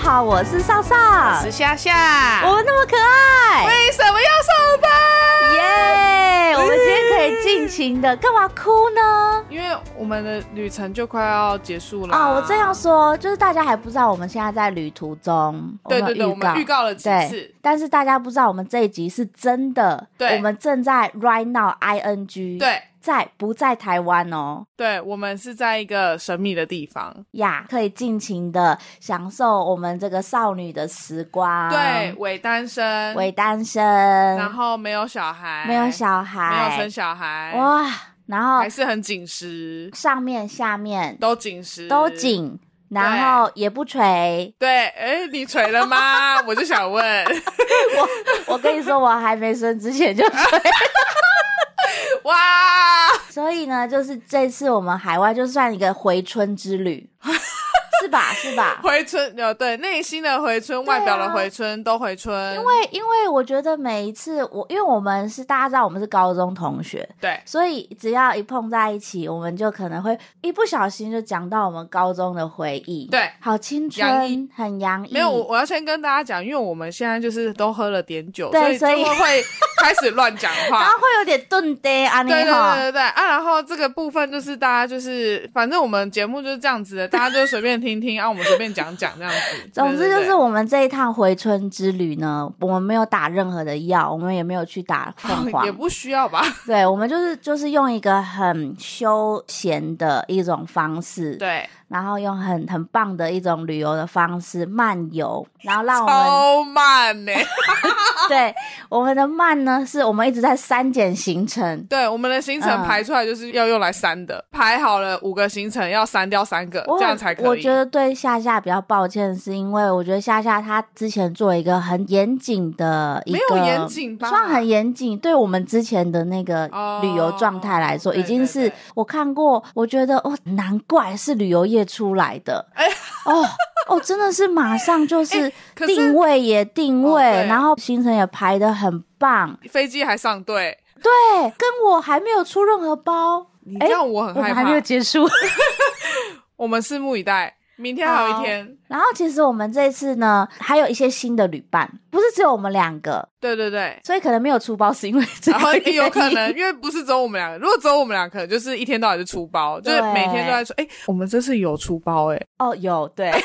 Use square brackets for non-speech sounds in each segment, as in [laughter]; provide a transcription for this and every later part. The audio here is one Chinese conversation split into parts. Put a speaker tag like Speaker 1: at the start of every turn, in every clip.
Speaker 1: 好，我是少少，
Speaker 2: 是啊夏夏。
Speaker 1: 我们那么可爱，
Speaker 2: 啊为什么要上班？
Speaker 1: 耶！我们今天可以尽情的，干嘛哭呢？
Speaker 2: 因为我们的旅程就快要结束了
Speaker 1: 啊、我这样说，就是大家还不知道我们现在在旅途中，
Speaker 2: 对
Speaker 1: 有
Speaker 2: 对对，我们预告了几次
Speaker 1: 对，，但是大家不知道，我们这一集是真的，
Speaker 2: 对
Speaker 1: 我们正在 right now ing，
Speaker 2: 对
Speaker 1: 在不在台湾哦
Speaker 2: 对，我们是在一个神秘的地方，
Speaker 1: 呀可以尽情的享受我们这个少女的时光，
Speaker 2: 对，，伪单身，
Speaker 1: 为啊单身，
Speaker 2: 然后没有小孩，
Speaker 1: 没有小
Speaker 2: 没有
Speaker 1: 孩
Speaker 2: 生，小孩，
Speaker 1: 哇，然后
Speaker 2: 还是很紧实，
Speaker 1: 上面下面
Speaker 2: 都紧实，。
Speaker 1: 都。紧，然后也不垂
Speaker 2: 对，哎，你锤了
Speaker 1: [laughs]
Speaker 2: 吗？我就想问， [laughs]
Speaker 1: 我跟你说，我还没生之前就垂。
Speaker 2: 哇，
Speaker 1: 所以呢，就是这次我们海外就算一个回春之
Speaker 2: [laughs]
Speaker 1: 旅，是吧？是吧？
Speaker 2: 回春，呃，对，内心的回春，
Speaker 1: 对啊
Speaker 2: 外表的回春，都回春，
Speaker 1: 因为因为我觉得每一次我，因为我们是大家知道我们是高中同学，
Speaker 2: 对
Speaker 1: 所以只要一碰在一起，我们就可能会一不小心就讲到我们高中的回忆，
Speaker 2: 对，
Speaker 1: 好青
Speaker 2: 洋
Speaker 1: 春
Speaker 2: 溢，
Speaker 1: 很洋溢，
Speaker 2: 没有，我我要先跟大家讲，因为我们现在就是都喝了点酒，
Speaker 1: 对
Speaker 2: 所以
Speaker 1: 所
Speaker 2: 就
Speaker 1: 以 [laughs]
Speaker 2: 会开始乱讲
Speaker 1: 然
Speaker 2: 话
Speaker 1: 后。会有点顿呆啊，你
Speaker 2: 对对对
Speaker 1: 好，
Speaker 2: 对对啊！然后这个部分就是大家就是，反正我们节目就是这样子的，大家就随便听听，啊，我们随便讲讲这样子。
Speaker 1: 总之
Speaker 2: 对
Speaker 1: 就
Speaker 2: 对
Speaker 1: 是我们这一趟回春之旅呢，我们没有打任何的药，我们也没有去打凤
Speaker 2: 对啊
Speaker 1: 凰
Speaker 2: 哦也，不需
Speaker 1: [laughs]
Speaker 2: 要吧？
Speaker 1: 对，我们就是就是用一个很休闲的一种方式，
Speaker 2: 对，
Speaker 1: 然后用很很棒的一种旅游的方式漫游，然后让我们
Speaker 2: 超慢呢、 [laughs]
Speaker 1: 对我们的慢呢，是我们一直在删减行程。
Speaker 2: 对，我们的行程
Speaker 1: 嗯
Speaker 2: 排出来就是要用来删的，排好了五个行程要删掉三个，
Speaker 1: 我
Speaker 2: 这样才可以。
Speaker 1: 我觉得对夏夏比较抱歉，是因为我觉得夏夏她之前做一个很严谨的一
Speaker 2: 没
Speaker 1: 个，
Speaker 2: 有严谨吧
Speaker 1: 算很严谨。对我们之前的那个
Speaker 2: 哦
Speaker 1: 旅游状态来说，
Speaker 2: 对
Speaker 1: 已经
Speaker 2: 对
Speaker 1: 是
Speaker 2: 对
Speaker 1: 我看过，我觉得哦，难怪是旅游业出来
Speaker 2: [laughs]
Speaker 1: 的，哦。哦，真的是马上就是
Speaker 2: 哎可是
Speaker 1: 定位也定
Speaker 2: 哦
Speaker 1: 位，
Speaker 2: 对
Speaker 1: 然后行程也排的很棒，
Speaker 2: 飞机还上对，
Speaker 1: 对，跟我还没有出任何包，
Speaker 2: 你
Speaker 1: 哎
Speaker 2: 这样我很
Speaker 1: 我
Speaker 2: 害
Speaker 1: 们
Speaker 2: 怕。
Speaker 1: 还没有结束。 [laughs]
Speaker 2: 我们拭目以待，明天还有一
Speaker 1: 好
Speaker 2: 天。
Speaker 1: 然后其实我们这次呢，还有一些新的旅伴，不是只有我们两个，
Speaker 2: 对对对，
Speaker 1: [laughs] 所以可能没有出包是因为这
Speaker 2: 然后
Speaker 1: 个
Speaker 2: 也哦有可
Speaker 1: 原因
Speaker 2: 能，因为不是只有我们两个，如果只有我们两个，可能就是一天到晚就出包，就是
Speaker 1: 对
Speaker 2: 每天都在说，哎、我们这次有出包、哎诶
Speaker 1: 哦，有对。
Speaker 2: [laughs]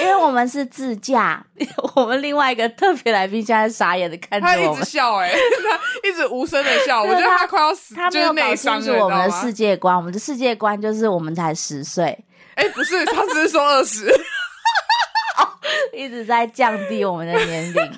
Speaker 1: 因为我们是自驾， [laughs] 我们另外一个特别来宾现在傻眼的看
Speaker 2: 哎，他
Speaker 1: 着
Speaker 2: 一
Speaker 1: 我
Speaker 2: 直
Speaker 1: 们，
Speaker 2: 笑、诶哎， [laughs] 他一直无声的笑，我
Speaker 1: 对
Speaker 2: 觉得他
Speaker 1: 他
Speaker 2: 快要死，
Speaker 1: 他
Speaker 2: 就
Speaker 1: 没
Speaker 2: 是
Speaker 1: 有
Speaker 2: 内
Speaker 1: 搞
Speaker 2: 伤
Speaker 1: 清
Speaker 2: 了，
Speaker 1: 楚我们
Speaker 2: 你
Speaker 1: 的
Speaker 2: 知道
Speaker 1: 世
Speaker 2: 吗？
Speaker 1: 界观。我们的世界观就是我们才十岁， [laughs]
Speaker 2: 哎、不是，他只是说二十，
Speaker 1: 一直在降低我们的年
Speaker 2: [laughs]
Speaker 1: 龄。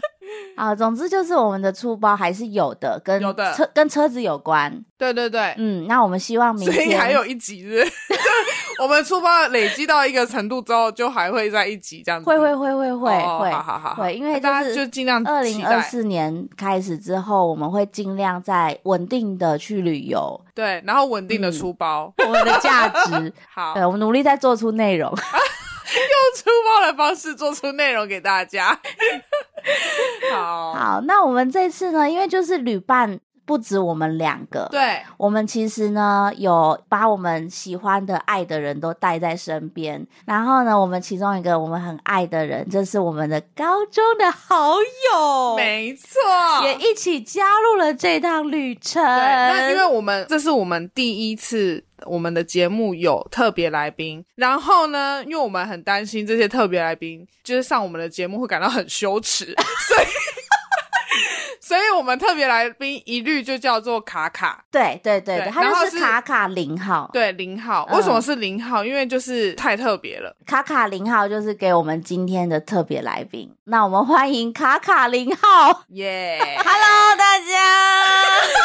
Speaker 1: 啊，总之就是我们的出包还是有的，跟
Speaker 2: 有的
Speaker 1: 车跟车子有关。
Speaker 2: 对对对，
Speaker 1: 嗯，那我们希望明
Speaker 2: 所以
Speaker 1: 天
Speaker 2: 还有一集是不是 [laughs] 就是我们出包累积到一个程度之后，就还会在一集这样子，
Speaker 1: 会会会会会
Speaker 2: 哦
Speaker 1: 会
Speaker 2: 好好好好
Speaker 1: 会，因为
Speaker 2: 大家
Speaker 1: 是
Speaker 2: 就尽量
Speaker 1: 二
Speaker 2: 嗯期
Speaker 1: 零二
Speaker 2: 待
Speaker 1: 四年开始之后，我们会尽量在稳定的去旅游，
Speaker 2: [laughs] 对，然后稳定的
Speaker 1: 嗯呃
Speaker 2: 出包，
Speaker 1: 我们的价值，
Speaker 2: 好，
Speaker 1: 对我们努力在做出内容。
Speaker 2: 出包的方式做出内容给大家。 [laughs] 好，
Speaker 1: 好，那我们这次呢，因为就是旅伴不止我们两个，
Speaker 2: 对
Speaker 1: 我们其实呢有把我们喜欢的、爱的人都带在身边。然后呢，我们其中一个我们很爱的人，就是我们的高中的好友，
Speaker 2: 没错。
Speaker 1: 哦也一起加入了这趟旅程。
Speaker 2: 对，那因为我们这是我们第一次我们的节目有特别来宾，然后呢，因为我们很担心这些特别来宾就是上我们的节目会感到很羞耻， [laughs] 所以所以我们特别来宾一律就叫做卡卡，
Speaker 1: 对对对
Speaker 2: 对
Speaker 1: 对，他
Speaker 2: 然后
Speaker 1: 就是是卡卡零号，
Speaker 2: 对零号。为什么是零号？因为就是太特别了。
Speaker 1: 卡卡零号就是给我们今天的特别来宾。那我们欢迎卡卡零号
Speaker 2: 耶、 [laughs]
Speaker 3: Hello，大家，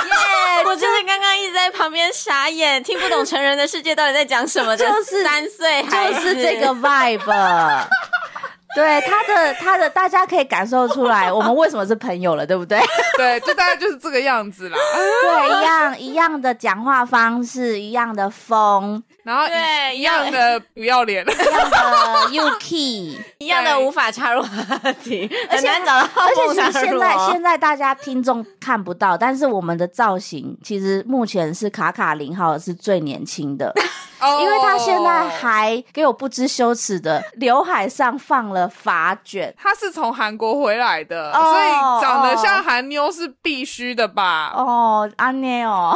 Speaker 1: 耶！ [laughs]
Speaker 3: 我就是刚刚一直在旁边傻眼，听不懂成人的世界到底在讲什么的，
Speaker 1: 就是
Speaker 3: 三岁孩
Speaker 1: 就
Speaker 3: 子，
Speaker 1: 是这个 vibe。对他的他的，大家可以感受出来，我们为什么是朋友了，对不对？
Speaker 2: [laughs] 对，就大概就是这个样子啦。 [laughs]
Speaker 1: 对，一样一样的讲话方式，一样的风，
Speaker 2: 然后
Speaker 3: 对
Speaker 2: 一一样
Speaker 3: [laughs]
Speaker 2: 的不要脸， [laughs]
Speaker 1: 一样的 Yuki。
Speaker 3: 一样的
Speaker 2: 对
Speaker 3: 无法插入话题，
Speaker 1: 而
Speaker 3: 很
Speaker 1: 且
Speaker 3: 难找到
Speaker 1: 而且
Speaker 3: 共
Speaker 1: 其实
Speaker 3: 同
Speaker 1: 现在现在大家听众看不到，但是我们的造型其实目前是卡卡零号是最年轻的，
Speaker 2: 哦
Speaker 1: 因为他现在还给我不知羞耻的刘海上放了发卷。
Speaker 2: 他是从韩国回来的，
Speaker 1: 哦
Speaker 2: 所以长得像韩妞是必须的吧？ [laughs]
Speaker 1: 哦，阿内哦，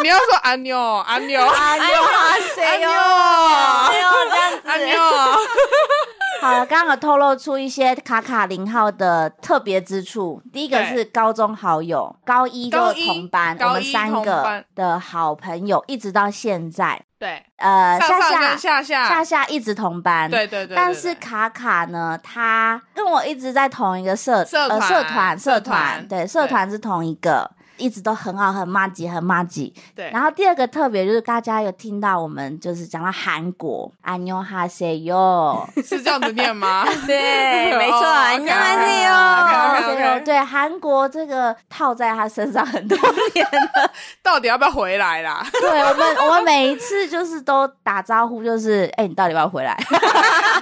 Speaker 2: 你要说阿妞，阿妞，
Speaker 1: 阿妞，阿谁
Speaker 2: [laughs]
Speaker 1: 哟？
Speaker 2: 阿
Speaker 3: 没
Speaker 2: 妞，
Speaker 3: 有这样
Speaker 2: 阿
Speaker 3: 子，
Speaker 2: 妞，
Speaker 3: [laughs]
Speaker 1: 好了，刚刚有透露出一些卡卡零号的特别之处。第一个
Speaker 2: 对
Speaker 1: 是高中好友，高一就
Speaker 2: 高
Speaker 1: 是
Speaker 2: 一
Speaker 1: 同班，我
Speaker 2: 高
Speaker 1: 们
Speaker 2: 一
Speaker 1: 三
Speaker 2: 同
Speaker 1: 个
Speaker 2: 班
Speaker 1: 的好朋友，一直到现在。
Speaker 2: 对，
Speaker 1: 呃，
Speaker 2: 上上
Speaker 1: 夏
Speaker 2: 跟
Speaker 1: 夏
Speaker 2: 下下，
Speaker 1: 夏夏一直同班，
Speaker 2: 对对对对
Speaker 1: 但
Speaker 2: 对
Speaker 1: 是卡卡呢，他跟我一直在同一个社
Speaker 2: 社
Speaker 1: 呃
Speaker 2: 团
Speaker 1: 社团
Speaker 2: 社
Speaker 1: 社
Speaker 2: 团
Speaker 1: 团，对
Speaker 2: 对
Speaker 1: 社团是同一个，一直都很好，很骂吉，很骂吉。
Speaker 2: 对，
Speaker 1: 然后第二个特别就是大家有听到我们就是讲到韩国，安妞哈塞
Speaker 2: [laughs]
Speaker 1: 哟，
Speaker 2: 是这样子
Speaker 1: [laughs]
Speaker 2: 念吗？
Speaker 3: 对，没错，
Speaker 2: 哦
Speaker 3: 안녕하세
Speaker 2: 啊
Speaker 1: 哈
Speaker 2: OK，OK，OK
Speaker 3: 요。
Speaker 1: 塞哟，对韩国这个套在他身上很多 [laughs] 年了。
Speaker 2: 到底要不要回来啦？
Speaker 1: 对我们，我们每一次就是都打招呼，就是哎、你到底要不要回来？ [laughs]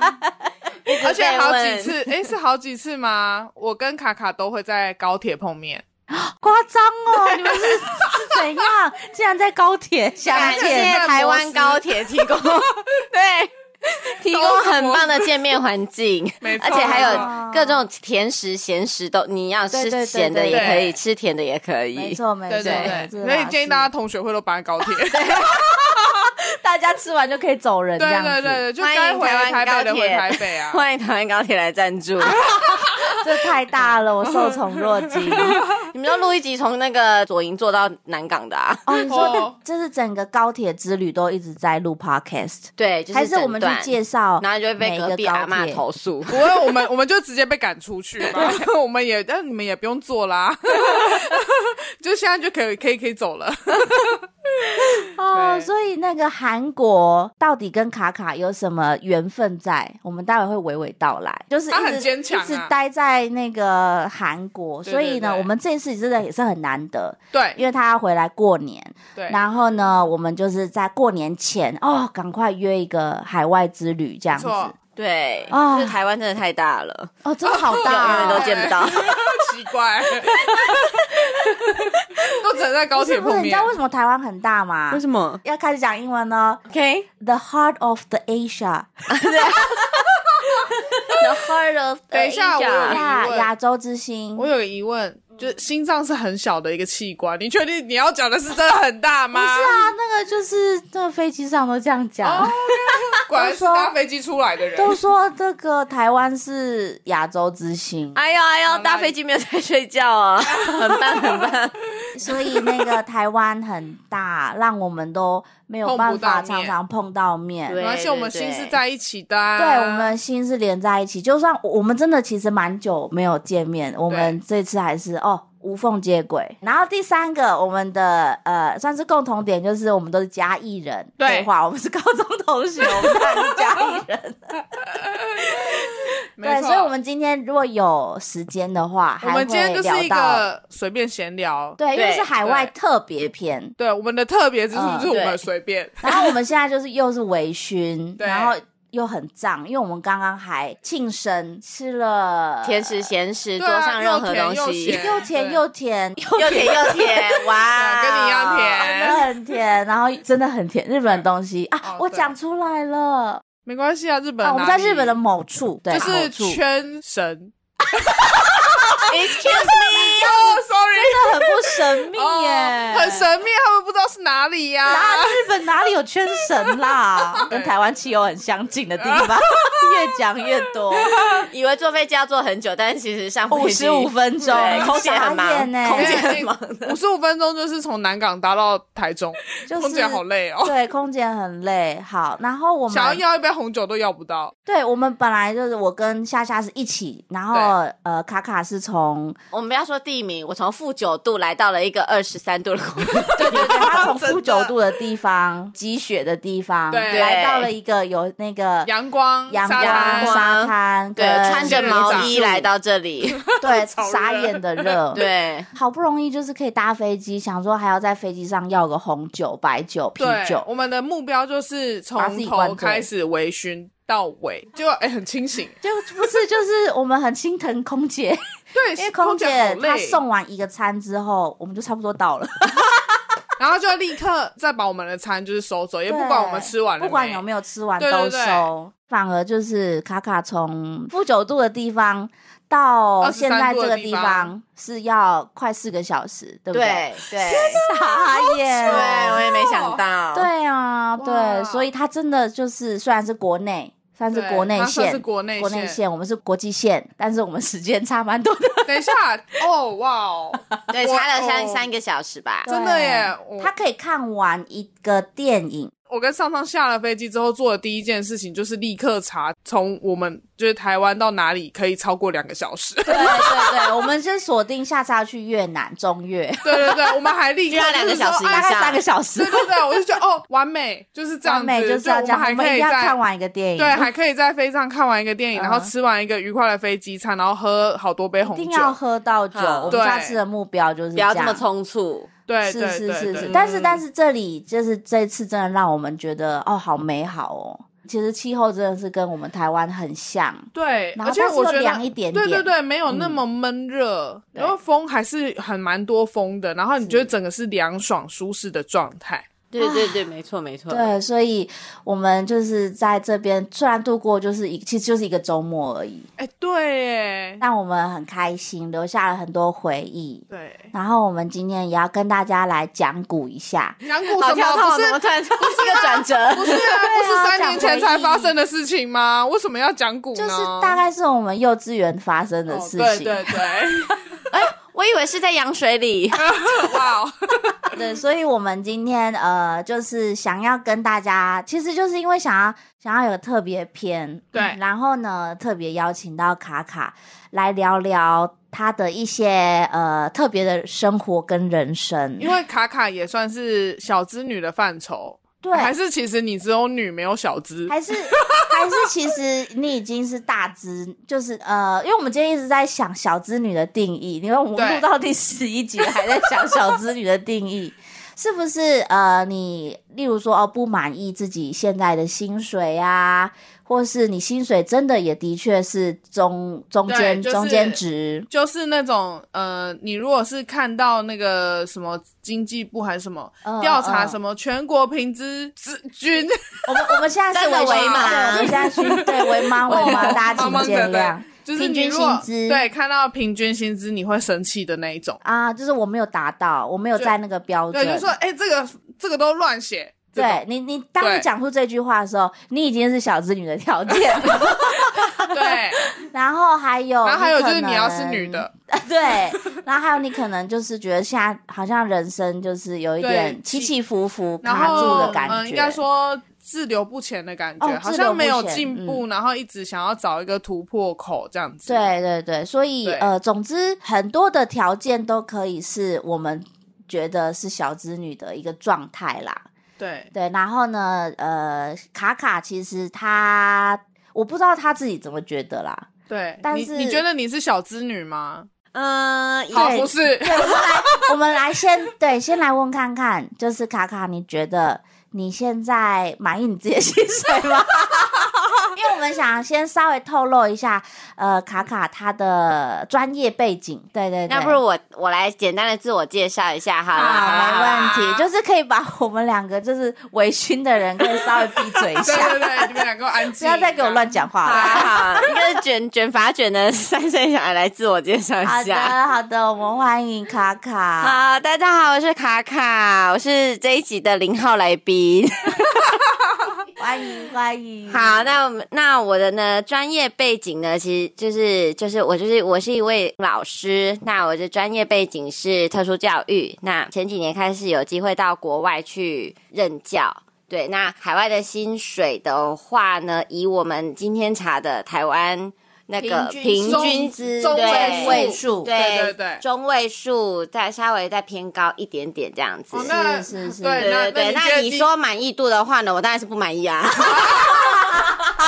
Speaker 2: 而且好
Speaker 3: 被
Speaker 2: 几
Speaker 3: 问
Speaker 2: 次，诶，是好几次吗？我跟卡卡都会在高铁碰面，
Speaker 1: 夸张哦！你们是是怎样？竟然在高铁下
Speaker 3: 感谢
Speaker 1: 面？
Speaker 3: 台湾高铁提供， [laughs] 对，提供很棒的见面环境，
Speaker 2: 没错
Speaker 3: 而且还
Speaker 1: 哦
Speaker 3: 有各种甜食、咸食都，你要
Speaker 1: 对对对
Speaker 3: 吃咸的
Speaker 1: 对
Speaker 3: 也可
Speaker 2: 对
Speaker 3: 以，吃甜的也可以。
Speaker 1: 没错没错，
Speaker 2: 对对
Speaker 1: 哎是吧
Speaker 2: 对，所以建议大家同学会都搬在高
Speaker 1: [laughs]
Speaker 2: 铁，
Speaker 1: 是 [laughs] 大家吃完就可以走人，这
Speaker 2: 对
Speaker 1: 样
Speaker 2: 对对
Speaker 1: 子，
Speaker 2: 对，就该回来台北的回台北啊。
Speaker 3: 欢迎台湾高铁来赞助，
Speaker 1: 啊这太大了，我受宠若
Speaker 2: [laughs]
Speaker 1: 惊。
Speaker 3: [laughs] 你们要录一集从那个左营坐到南港的啊？
Speaker 1: 哦，你说
Speaker 2: 哦
Speaker 1: 就是整个高铁之旅都一直在录 podcast，
Speaker 3: 对，就是
Speaker 1: 还是我们去
Speaker 3: 诊断
Speaker 1: 介绍？
Speaker 3: 然后就会被隔壁阿
Speaker 1: 妈
Speaker 3: 嬷投诉。
Speaker 2: 不会，我们我们就直接被赶出去吧。 [laughs] 我们也，但你们也不用
Speaker 1: [laughs]
Speaker 2: 做啦，就现在就可以可以可以走了。
Speaker 1: 哦，
Speaker 2: 对
Speaker 1: 所以那个韩国到底跟卡卡有什么缘分在？我们待会会娓娓道来。就是
Speaker 2: 他
Speaker 1: 一
Speaker 2: 很
Speaker 1: 直
Speaker 2: 坚强啊
Speaker 1: 一直待在那个韩国，
Speaker 2: 对
Speaker 1: 所以呢，
Speaker 2: 对对
Speaker 1: 我们这一次真的也是很难得，
Speaker 2: 对
Speaker 1: 因为他要回来过年。
Speaker 2: 对，
Speaker 1: 然后呢，我们就是在过年前哦，赶快约一个海外之旅这样
Speaker 2: 没
Speaker 1: 子。
Speaker 2: 错，
Speaker 3: 对，
Speaker 1: 啊
Speaker 3: 就是台湾真的太大了，
Speaker 1: 哦，真的好
Speaker 3: 永
Speaker 1: 大、
Speaker 3: 远
Speaker 1: 哦
Speaker 3: 都，见不到。
Speaker 2: [laughs] 奇怪，
Speaker 1: [laughs]
Speaker 2: 都只能在高
Speaker 1: 不
Speaker 2: 铁
Speaker 1: 是不
Speaker 2: 碰
Speaker 1: 是，你知
Speaker 2: 面
Speaker 1: 道。为什么台湾很大吗？
Speaker 3: 为什么
Speaker 1: 要开始讲英文呢
Speaker 3: ？OK，
Speaker 1: ？The heart of the Asia，
Speaker 3: The heart of
Speaker 2: 等一下
Speaker 3: Asia
Speaker 2: 我有
Speaker 1: 亚
Speaker 2: 疑问
Speaker 1: 亚洲之星。
Speaker 2: 啊我有个疑问，就是心脏是很小的一个器官，你确定你要讲的是真的很大吗？
Speaker 1: 不是啊，那个就是那个飞机上都这样讲，
Speaker 2: 哦果然是搭飞机出来的人。
Speaker 1: 都说这个台湾是亚洲之星，
Speaker 3: 哎呦
Speaker 2: 好
Speaker 3: 哎呦，
Speaker 2: 啦
Speaker 3: 搭飞机没有在睡觉啊，很棒很棒。
Speaker 1: 所以那个台湾很大，让我们都没有办法
Speaker 2: 碰不到
Speaker 1: 常
Speaker 2: 面
Speaker 1: 常碰到面。
Speaker 3: 对
Speaker 2: 没关系，我们心是在一起的、啊。
Speaker 1: 对，我们心是连在一起。就算我我们真的其实蛮久没有见面，我们这次还是哦无缝接轨。然后第三个，我们的呃算是共同点就是我们都是嘉义人，
Speaker 2: 对
Speaker 1: 废话，我们是高中同学，我们当然是嘉义
Speaker 2: [laughs]
Speaker 1: 人。
Speaker 2: 没
Speaker 1: 对，
Speaker 2: 错
Speaker 1: 所以我们今天如果有时间的话，
Speaker 2: 我
Speaker 1: 还会
Speaker 2: 们今天就是
Speaker 1: 聊
Speaker 2: 一
Speaker 1: 到。
Speaker 2: 个随便闲聊。
Speaker 1: 对，因为
Speaker 3: 对
Speaker 1: 是海外
Speaker 2: 对
Speaker 1: 特别篇，
Speaker 2: 对，我们的特别之处
Speaker 1: 嗯
Speaker 2: 就是我
Speaker 3: 对
Speaker 2: 们随便。
Speaker 1: 然后我们现在就是又是微醺，
Speaker 2: [laughs] 对
Speaker 1: 然后又很胀，因为我们刚刚还庆生吃了
Speaker 3: 甜食咸食，
Speaker 2: 对
Speaker 3: 桌
Speaker 2: 啊
Speaker 3: 上任何东
Speaker 2: 又
Speaker 3: 西
Speaker 2: 甜
Speaker 1: 又甜
Speaker 2: 对
Speaker 1: 又甜又
Speaker 3: 又甜又甜，
Speaker 2: 对
Speaker 3: 哇，
Speaker 2: 啊跟你一样甜
Speaker 1: 真啊的很甜，然后真的很甜，日本的东西啊
Speaker 2: 哦，
Speaker 1: 我讲出来了
Speaker 2: 没关系啊，日本、
Speaker 1: 啊，我们在日本的，某处，对，
Speaker 2: 就
Speaker 1: 某
Speaker 2: 是
Speaker 1: 处，真
Speaker 2: 圈神。
Speaker 3: Excuse me，
Speaker 2: [laughs] 哦，sorry，
Speaker 1: 的很不神秘
Speaker 2: 哦
Speaker 1: 耶，
Speaker 2: 很。神秘，他们不知道是哪里呀、
Speaker 1: 啊，日本哪里有圈神
Speaker 2: [laughs]
Speaker 1: 啦？跟台湾汽油很相近的地方， [laughs] 越讲越
Speaker 2: [laughs]
Speaker 1: 多，
Speaker 3: 以为坐飞机要坐很久，但是其实上飞
Speaker 1: 五
Speaker 3: 机
Speaker 1: 十五分钟
Speaker 3: 对，，空姐很
Speaker 1: 傻
Speaker 3: 忙
Speaker 1: 眼
Speaker 2: [laughs]
Speaker 1: 欸，
Speaker 3: 空姐很忙。
Speaker 2: 五十五分钟就是从南港搭到台中，
Speaker 1: 就是
Speaker 2: 空姐好累哦，
Speaker 1: 对，空姐很累。好，然后我们
Speaker 2: 想要要一杯红酒都要不到。
Speaker 1: 对，我们本来就是我跟夏夏是一起，然后呃，卡卡是从
Speaker 3: 我们不要说地名，我从负九度来到了一个二十三度的空间。
Speaker 1: [laughs] 对对对，他从
Speaker 2: 真的
Speaker 1: 负九度的地方、积雪的地方，
Speaker 2: 对
Speaker 1: 来到了一个有那个
Speaker 2: 阳光、
Speaker 1: 阳
Speaker 2: 沙
Speaker 1: 光、
Speaker 2: 滩
Speaker 3: 光
Speaker 1: 沙滩，
Speaker 3: 对，
Speaker 1: 跟
Speaker 3: 穿着毛衣来到这里，
Speaker 1: 对
Speaker 2: 超热
Speaker 1: 傻眼的热，。
Speaker 3: [laughs] 对，
Speaker 1: 好不容易就是可以搭飞机，想说还要在飞机上要个红酒、白酒、啤
Speaker 2: 对，
Speaker 1: 酒，
Speaker 2: 我们的目标就是
Speaker 1: 把自己
Speaker 2: 从
Speaker 1: 灌
Speaker 2: 头
Speaker 1: 醉
Speaker 2: 开始微醺到尾，就哎、很清
Speaker 1: [laughs]
Speaker 2: 醒。
Speaker 1: 就不是就是我们很心疼空姐，
Speaker 2: 对，
Speaker 1: 因为
Speaker 2: 空
Speaker 1: 空
Speaker 2: 姐好
Speaker 1: 姐她
Speaker 2: 累，
Speaker 1: 送完一个餐之后，我们就差不多到了。
Speaker 2: 然后就立刻再把我们的餐就是收走，也不
Speaker 1: 对
Speaker 2: 管我们吃完了没，
Speaker 1: 不管有没有吃完
Speaker 2: 对对
Speaker 1: 都
Speaker 2: 对
Speaker 1: 收，反而就是卡卡从负九度的地方到
Speaker 2: 23
Speaker 1: 现在
Speaker 2: 度
Speaker 1: 这个
Speaker 2: 的地
Speaker 1: 地
Speaker 2: 方
Speaker 1: 方是要快四个小时，对不对？
Speaker 3: 对对
Speaker 1: 傻眼，
Speaker 3: 对，我也没想到，
Speaker 1: 对啊，
Speaker 2: 啊哇
Speaker 1: 对，所以它真的就是虽然是国内，算是
Speaker 2: 对
Speaker 1: 国内
Speaker 2: 它算
Speaker 1: 线，
Speaker 2: 是国内
Speaker 1: 国内
Speaker 2: 线
Speaker 1: 线，我们是国际线，但是我们时间差蛮多的。
Speaker 2: 等一下，哦哇
Speaker 1: [laughs]
Speaker 2: 哦，
Speaker 3: 对，
Speaker 2: 我
Speaker 3: 差了三
Speaker 2: 哦
Speaker 3: 三个小时吧。
Speaker 2: 真的耶！我
Speaker 1: 它可以看完一个电影，
Speaker 2: 我跟上上下了飞机之后做的第一件事情就是立刻查从我们就是台湾到哪里可以超过两个小
Speaker 1: [laughs]
Speaker 2: 时。
Speaker 1: 对对对，我们先锁定下次要去越南中
Speaker 2: [laughs]
Speaker 1: 越，
Speaker 2: 对对对，我们还立
Speaker 1: [laughs]
Speaker 2: 刻
Speaker 3: 就要两个小
Speaker 2: 就是
Speaker 3: 时
Speaker 2: 说
Speaker 1: 大
Speaker 3: 以
Speaker 2: 哎
Speaker 1: 概
Speaker 3: 下
Speaker 1: 三个小时
Speaker 2: 对。对对，我就觉得哦，完美就是这样
Speaker 1: 完
Speaker 2: 子，
Speaker 1: 美就是要这样，
Speaker 2: 就
Speaker 1: 我
Speaker 2: 我们还
Speaker 1: 们一
Speaker 2: 可
Speaker 1: 定
Speaker 2: 以
Speaker 1: 要
Speaker 2: 在
Speaker 1: 看完一个电影，
Speaker 2: 对，还可以在飞机上看完一个电影，
Speaker 1: 嗯
Speaker 2: 然后吃完一个愉快的飞机餐，然后喝好多杯红
Speaker 1: 一定
Speaker 2: 酒。
Speaker 1: 要喝到酒。
Speaker 3: 嗯
Speaker 1: 我
Speaker 2: 对
Speaker 1: 们下次的目标就是
Speaker 3: 不
Speaker 1: 这样
Speaker 3: 要这么匆促，
Speaker 2: 对
Speaker 1: 是
Speaker 2: 对
Speaker 1: 是
Speaker 2: 对
Speaker 1: 是
Speaker 2: 对
Speaker 1: 是，
Speaker 2: 对
Speaker 1: 但是但是这里就是这次真的让我们觉得哦，好美好哦。其实气候真的是跟我们台湾很像，
Speaker 2: 对，
Speaker 1: 然
Speaker 2: 而
Speaker 1: 后
Speaker 2: 且
Speaker 1: 但是
Speaker 2: 我
Speaker 1: 又
Speaker 2: 觉得
Speaker 1: 凉一点点，嗯
Speaker 2: 对对对，没有那么闷热，
Speaker 1: 对
Speaker 2: 然后风还是很蛮多风的，然后你
Speaker 1: 是
Speaker 2: 觉得整个是凉爽舒适的状态。
Speaker 3: 对对对，没错没错，
Speaker 1: 对所以我们就是在这边虽然度过就是一其实就是一个周末而已，
Speaker 2: 哎，对耶，
Speaker 1: 但我们很开心，留下了很多回忆。
Speaker 2: 对，
Speaker 1: [laughs] 然后我们今天也要跟大家来讲古一下，
Speaker 2: 养蛊
Speaker 3: 好
Speaker 2: 什
Speaker 3: 跳
Speaker 2: 么？
Speaker 3: 痛，
Speaker 2: 不
Speaker 3: 怎
Speaker 2: 是
Speaker 3: 么突然出一个转折？
Speaker 2: 不是啊，不是三年前
Speaker 1: 讲回
Speaker 2: 才
Speaker 1: 忆
Speaker 2: 发生的事情吗？为什么要讲蛊呢？
Speaker 1: 就是大概是我们幼稚园发生的
Speaker 2: 哦
Speaker 1: 事
Speaker 2: 对
Speaker 1: 情。
Speaker 2: 对
Speaker 1: [laughs]
Speaker 2: 对，
Speaker 3: 哎，我以为是在羊水里，
Speaker 2: 哇哦， [laughs]
Speaker 1: 对，所以我们今天呃，就是想要跟大家，其实就是因为想要想要有特别篇，
Speaker 2: 对
Speaker 1: 嗯然后呢，特别邀请到卡卡来聊聊他的一些呃特别的生活跟人生，
Speaker 2: 因为卡卡也算是小资女的范畴，
Speaker 1: 对，
Speaker 2: 还是其实你只有女没有小资？
Speaker 1: 还是还是，其实你已经是大资，就是呃，因为我们今天一直在想小资女的定义，因为我们
Speaker 2: 对
Speaker 1: 录到第十一集了还在想小资女的定义，是不是？呃，你例如说哦，不满意自己现在的薪水啊，或是你薪水真的也的确是中中间、
Speaker 2: 对就是
Speaker 1: 中间值，
Speaker 2: 就是那种呃，你如果是看到那个什么经济部还是什么
Speaker 1: 嗯
Speaker 2: 调查
Speaker 1: 嗯
Speaker 2: 什么全国平资之均， [laughs]
Speaker 1: 我们我们现在是
Speaker 3: 真的
Speaker 1: 为
Speaker 3: 为忙
Speaker 1: 对，我们现在是对为
Speaker 2: [laughs]
Speaker 1: 忙为忙，大家
Speaker 2: 茫
Speaker 1: 请
Speaker 2: 茫的
Speaker 1: 见谅。
Speaker 2: 对就是
Speaker 1: 平
Speaker 2: 你
Speaker 1: 均
Speaker 2: 如果
Speaker 1: 薪资
Speaker 2: 对看到平均薪资你会生气的那一种，
Speaker 1: 啊，就是我没有达到，我没有
Speaker 2: 就
Speaker 1: 在那个标准。
Speaker 2: 对，就说哎、这个这个都乱写，这种
Speaker 1: 哦对你，你当
Speaker 2: 对
Speaker 1: 你讲出这句话的时候，你已经是小资女的条件
Speaker 2: [laughs]
Speaker 1: 了。
Speaker 2: 对，
Speaker 1: 然后还有，
Speaker 2: 然后还有就是
Speaker 1: 哦可能
Speaker 2: 你要是女的，，
Speaker 1: [laughs] 对。然后还有你可能就是觉得现在好像人生就是有一
Speaker 2: 对
Speaker 1: 点
Speaker 2: 起
Speaker 1: 起起伏伏、
Speaker 2: 然
Speaker 1: 卡住
Speaker 2: 后
Speaker 1: 的感
Speaker 2: 嗯，应
Speaker 1: 觉
Speaker 2: 该。说滞留不前的感觉，
Speaker 1: 哦
Speaker 2: 好
Speaker 1: 滞留
Speaker 2: 像
Speaker 1: 不
Speaker 2: 没有
Speaker 1: 前嗯
Speaker 2: 进步，然后一直想要找一个突破口这样子。
Speaker 1: 对对对，所以
Speaker 2: 对
Speaker 1: 呃，总之很多的条件都可以是我们觉得是小资女的一个状态啦。
Speaker 2: 对
Speaker 1: 对，然后呢，呃，卡卡其实她，我不知道她自己怎么觉得啦，
Speaker 2: 对，
Speaker 1: 但
Speaker 2: 你
Speaker 1: 是
Speaker 2: 你觉得你是小资女吗？
Speaker 3: 嗯，
Speaker 2: 好，
Speaker 1: 对
Speaker 2: 不是，
Speaker 1: 对，我们来， [laughs] 我们来先对，先来问看看，就是卡卡，你觉得你现在满意你自己的薪水吗？ [laughs] 因为我们想先稍微透露一下，呃，卡卡她的专业背景，对对对，
Speaker 3: 那不如我我来简单的自我介绍一下好
Speaker 1: 好，
Speaker 3: 了，好
Speaker 2: 啦
Speaker 3: 了，
Speaker 2: 好啦
Speaker 1: 没问题，就是可以把我们两个就是微醺的人可以稍微闭嘴一 [laughs]
Speaker 2: 对
Speaker 1: 下，
Speaker 2: 对对，你们两个安
Speaker 1: 不
Speaker 2: 静，
Speaker 1: 要再给我乱讲话
Speaker 3: 好
Speaker 1: 了。
Speaker 3: 啦，好啦，一个卷卷发卷的三岁小孩来自我介绍
Speaker 1: 好
Speaker 3: 一
Speaker 1: 的， [laughs]
Speaker 3: 下。
Speaker 1: 好的，我们欢迎卡卡。
Speaker 3: 好，大家好，我是卡卡，我是这一集的零号来宾。
Speaker 1: 欢迎欢迎。
Speaker 3: 好，那我们那我的呢专业背景呢，其实就是就是我就是我是一位老师，那我的专业背景是特殊教育。那前几年开始有机会到国外去任教。对，那海外的薪水的话呢，以我们今天查的台湾那个
Speaker 1: 平
Speaker 3: 平
Speaker 1: 均
Speaker 3: 均
Speaker 1: 值
Speaker 3: 中
Speaker 2: 对
Speaker 1: 位数
Speaker 2: 对对
Speaker 3: 对
Speaker 2: 对
Speaker 3: 中位数再稍微再偏高一点点这样子。
Speaker 2: 哦，那
Speaker 1: 是是是
Speaker 2: 对
Speaker 3: 对
Speaker 2: 那
Speaker 3: 对对，
Speaker 2: 你觉
Speaker 3: 那
Speaker 2: 得
Speaker 3: 你说满意度的话呢，我当然是不满意啊。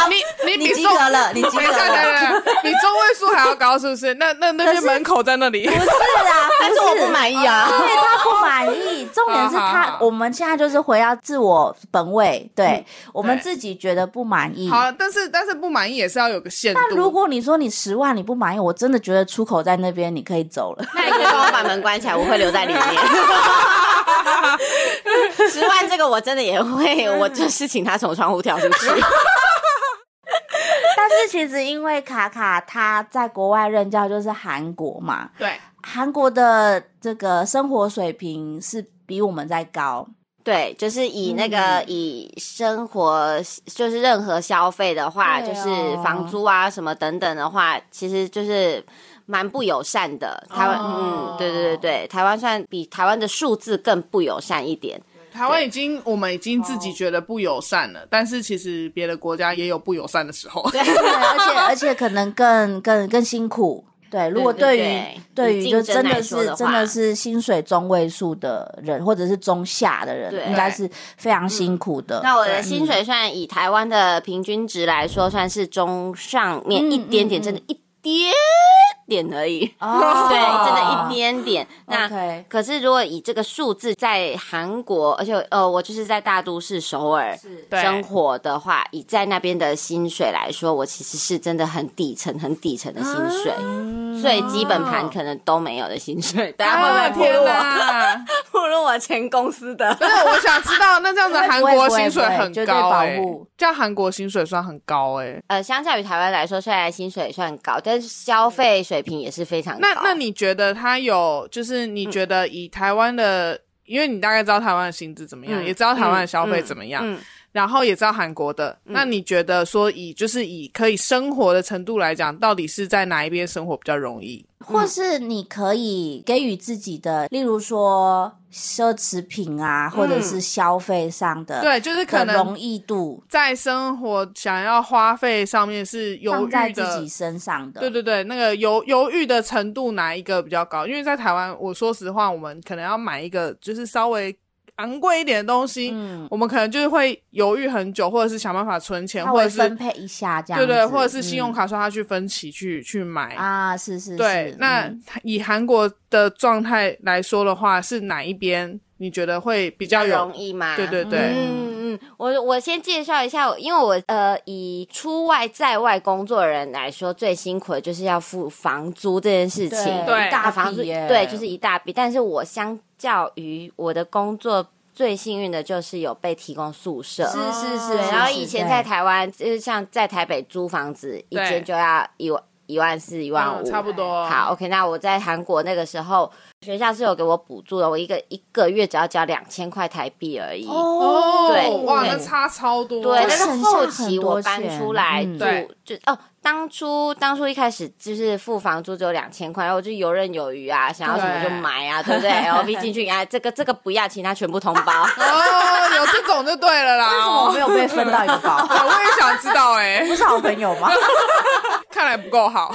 Speaker 2: 你你
Speaker 1: 你
Speaker 2: 比
Speaker 1: 及
Speaker 2: 中
Speaker 1: 格了，你及格
Speaker 2: [laughs] 等一下，等一
Speaker 1: 了。
Speaker 2: 下，等一下你中位数还要高，是不是？那那那些门口在那里，
Speaker 1: 不是啊，不
Speaker 4: 但是我不满意啊。
Speaker 2: 哦
Speaker 1: 对他不满意，重点是
Speaker 2: 好
Speaker 1: 他
Speaker 2: 好，好
Speaker 1: 我们现在就是回到自我本位，对我们
Speaker 2: 对
Speaker 1: 自己觉得不满意。
Speaker 2: 好，但是但是不满意也是要有个限度。
Speaker 1: 但如果你说你十万你不满意，我真的觉得出口在那边，你可以走
Speaker 2: [laughs]
Speaker 1: 了。
Speaker 4: 那你可以帮我把门关起来，我会留在里面。十万这个我真的也会，我就是请他从窗户跳出去。
Speaker 1: 但是其实因为卡卡他在国外任教就是韩国嘛，
Speaker 2: 对，
Speaker 1: 韩国的这个生活水平是比我们在高，
Speaker 3: 对，就是以那
Speaker 2: 嗯
Speaker 3: 个、以生活，就是任何消费的话，
Speaker 1: 对
Speaker 3: 就
Speaker 1: 哦
Speaker 3: 是房租啊什么等等的话，其实就是蛮不友善的。台湾，
Speaker 2: 哦
Speaker 3: 嗯，对对对对，台湾算比台湾的数字更不友善一点。
Speaker 2: 台湾已经我们已经自
Speaker 1: 哦
Speaker 2: 己觉得不友善了，但是其实别的国家也有不友善的时候。
Speaker 1: 对，而且而且可能更更更辛苦。对，如果对
Speaker 3: 对
Speaker 1: 于
Speaker 3: 对
Speaker 1: 对
Speaker 3: 以
Speaker 1: 于
Speaker 3: 竞
Speaker 1: 就
Speaker 3: 争
Speaker 1: 真的
Speaker 3: 来说
Speaker 1: 是
Speaker 3: 的
Speaker 1: 真的
Speaker 3: 话
Speaker 1: 是薪水中位数的人，或者是中下的
Speaker 3: 对
Speaker 1: 人，应该是非常辛苦的。
Speaker 3: 那我的
Speaker 2: 对
Speaker 3: 薪水算以台湾的平均值来说，算是中上面
Speaker 1: 嗯
Speaker 3: 一点
Speaker 1: 嗯
Speaker 3: 点，真的，一点点而已。
Speaker 1: 哦
Speaker 3: 对，真的一点点。
Speaker 2: 啊
Speaker 3: 那
Speaker 1: OK，
Speaker 3: 可是如果以这个数字在韩国，而且呃，我就是在大都市首尔
Speaker 2: 对
Speaker 3: 生活的话，以在那边的薪水来说，我其实是真的很底层、很底层的薪水，
Speaker 1: 啊
Speaker 3: 最基本盘可能都没有的薪水。大家会不
Speaker 2: 啊
Speaker 3: 会
Speaker 2: 天
Speaker 3: 侮辱我？
Speaker 2: 哪！
Speaker 3: 侮辱我前公
Speaker 2: [laughs]
Speaker 3: 司的？
Speaker 2: 不是，我想知道，那这样子韩
Speaker 1: 不会
Speaker 2: 国
Speaker 1: 不会
Speaker 2: 薪水
Speaker 1: 不会
Speaker 2: 很
Speaker 1: 绝对
Speaker 2: 高
Speaker 1: 保
Speaker 2: 哎、
Speaker 1: 护
Speaker 2: 这样韩国薪水算很高哎、
Speaker 3: 呃，相较于台湾来说，虽然薪水算高，但是消费水平也是非常高。
Speaker 2: 那那你觉得他有，就是你觉得以台湾的，因为你大概知道台湾的薪资怎么样，
Speaker 3: 嗯
Speaker 2: 也知道台湾的消费怎么样，
Speaker 3: 嗯嗯
Speaker 2: 然后也知道韩国的，那
Speaker 1: 嗯
Speaker 2: 你觉得说以就是以可以生活的程度来讲，到底是在哪一边生活比较容易？
Speaker 1: 或是你可以给予自己的，例如说奢侈品啊，或者是消费上的
Speaker 2: 对，就是可
Speaker 1: 的呃容
Speaker 2: 能
Speaker 1: 易度
Speaker 2: 在生活想要花费上面是犹
Speaker 1: 放在
Speaker 2: 豫
Speaker 1: 自
Speaker 2: 的
Speaker 1: 己。身上的。
Speaker 2: 对对对，那个犹犹豫的程度哪一个比较高？因为在台湾，我说实话，我们可能要买一个就是稍微昂贵一点的东西，
Speaker 1: 嗯，
Speaker 2: 我们可能就是会犹豫很久，或者是想办法存钱，
Speaker 1: 稍
Speaker 2: 或
Speaker 1: 微
Speaker 2: 者
Speaker 1: 分
Speaker 2: 是
Speaker 1: 配一下这样
Speaker 2: 对
Speaker 1: 子。
Speaker 2: 对，或者是信用
Speaker 1: 嗯
Speaker 2: 卡刷它去分期去去买。
Speaker 1: 啊，是是是。
Speaker 2: 对，那
Speaker 1: 嗯
Speaker 2: 以韩国的状态来说的话，是哪一边你觉得会比较有？嗯
Speaker 3: 容易吗？
Speaker 2: 对对对，
Speaker 3: 嗯嗯，我我先介绍一下，因为我呃，以出外在外工作的人来说，最辛苦的就是要付房租这件事情。
Speaker 2: 对
Speaker 1: 一大
Speaker 3: 房租
Speaker 1: 笔耶
Speaker 3: 对，就是一大笔。但是我相较于我的工作，最幸运的就是有被提供宿舍。
Speaker 1: 是是是，
Speaker 3: 对，
Speaker 1: 是
Speaker 3: 然后
Speaker 1: 是
Speaker 3: 以前
Speaker 1: 对
Speaker 3: 在台湾，就是像在台北租房子，一
Speaker 2: 对
Speaker 3: 间就要一万一万四、一万
Speaker 2: 嗯
Speaker 1: 哦
Speaker 3: 五，
Speaker 2: 差不多。
Speaker 3: 好，OK，那我在韩国那个时候，学校是有给我补助的，我一个一个月只要交两千块台币而已。
Speaker 1: 哦，
Speaker 2: 哦，
Speaker 3: 对
Speaker 2: 哇，
Speaker 3: 对
Speaker 2: 那差超多。
Speaker 3: 对，
Speaker 1: 就
Speaker 3: 但是
Speaker 1: 省下
Speaker 3: 后
Speaker 1: 很
Speaker 3: 期
Speaker 1: 多
Speaker 3: 我搬
Speaker 1: 钱
Speaker 3: 出来
Speaker 1: 嗯
Speaker 3: 住
Speaker 2: 对，
Speaker 3: 就哦，当初当初一开始就是付房租只有两千块，然后我就游刃有余啊，想要什么就
Speaker 2: 对
Speaker 3: 买啊，对不对？LV 进去啊，这个这个不要，其他全部同 [laughs] 包。
Speaker 2: 哦，有这种就对了
Speaker 1: [laughs]
Speaker 2: 啦。
Speaker 1: 我
Speaker 2: 哦，
Speaker 1: 没有被分到一个包
Speaker 3: [laughs]
Speaker 2: 我也想知道哎、
Speaker 1: 不是好朋友吗？
Speaker 2: 看来不够 [laughs] 好。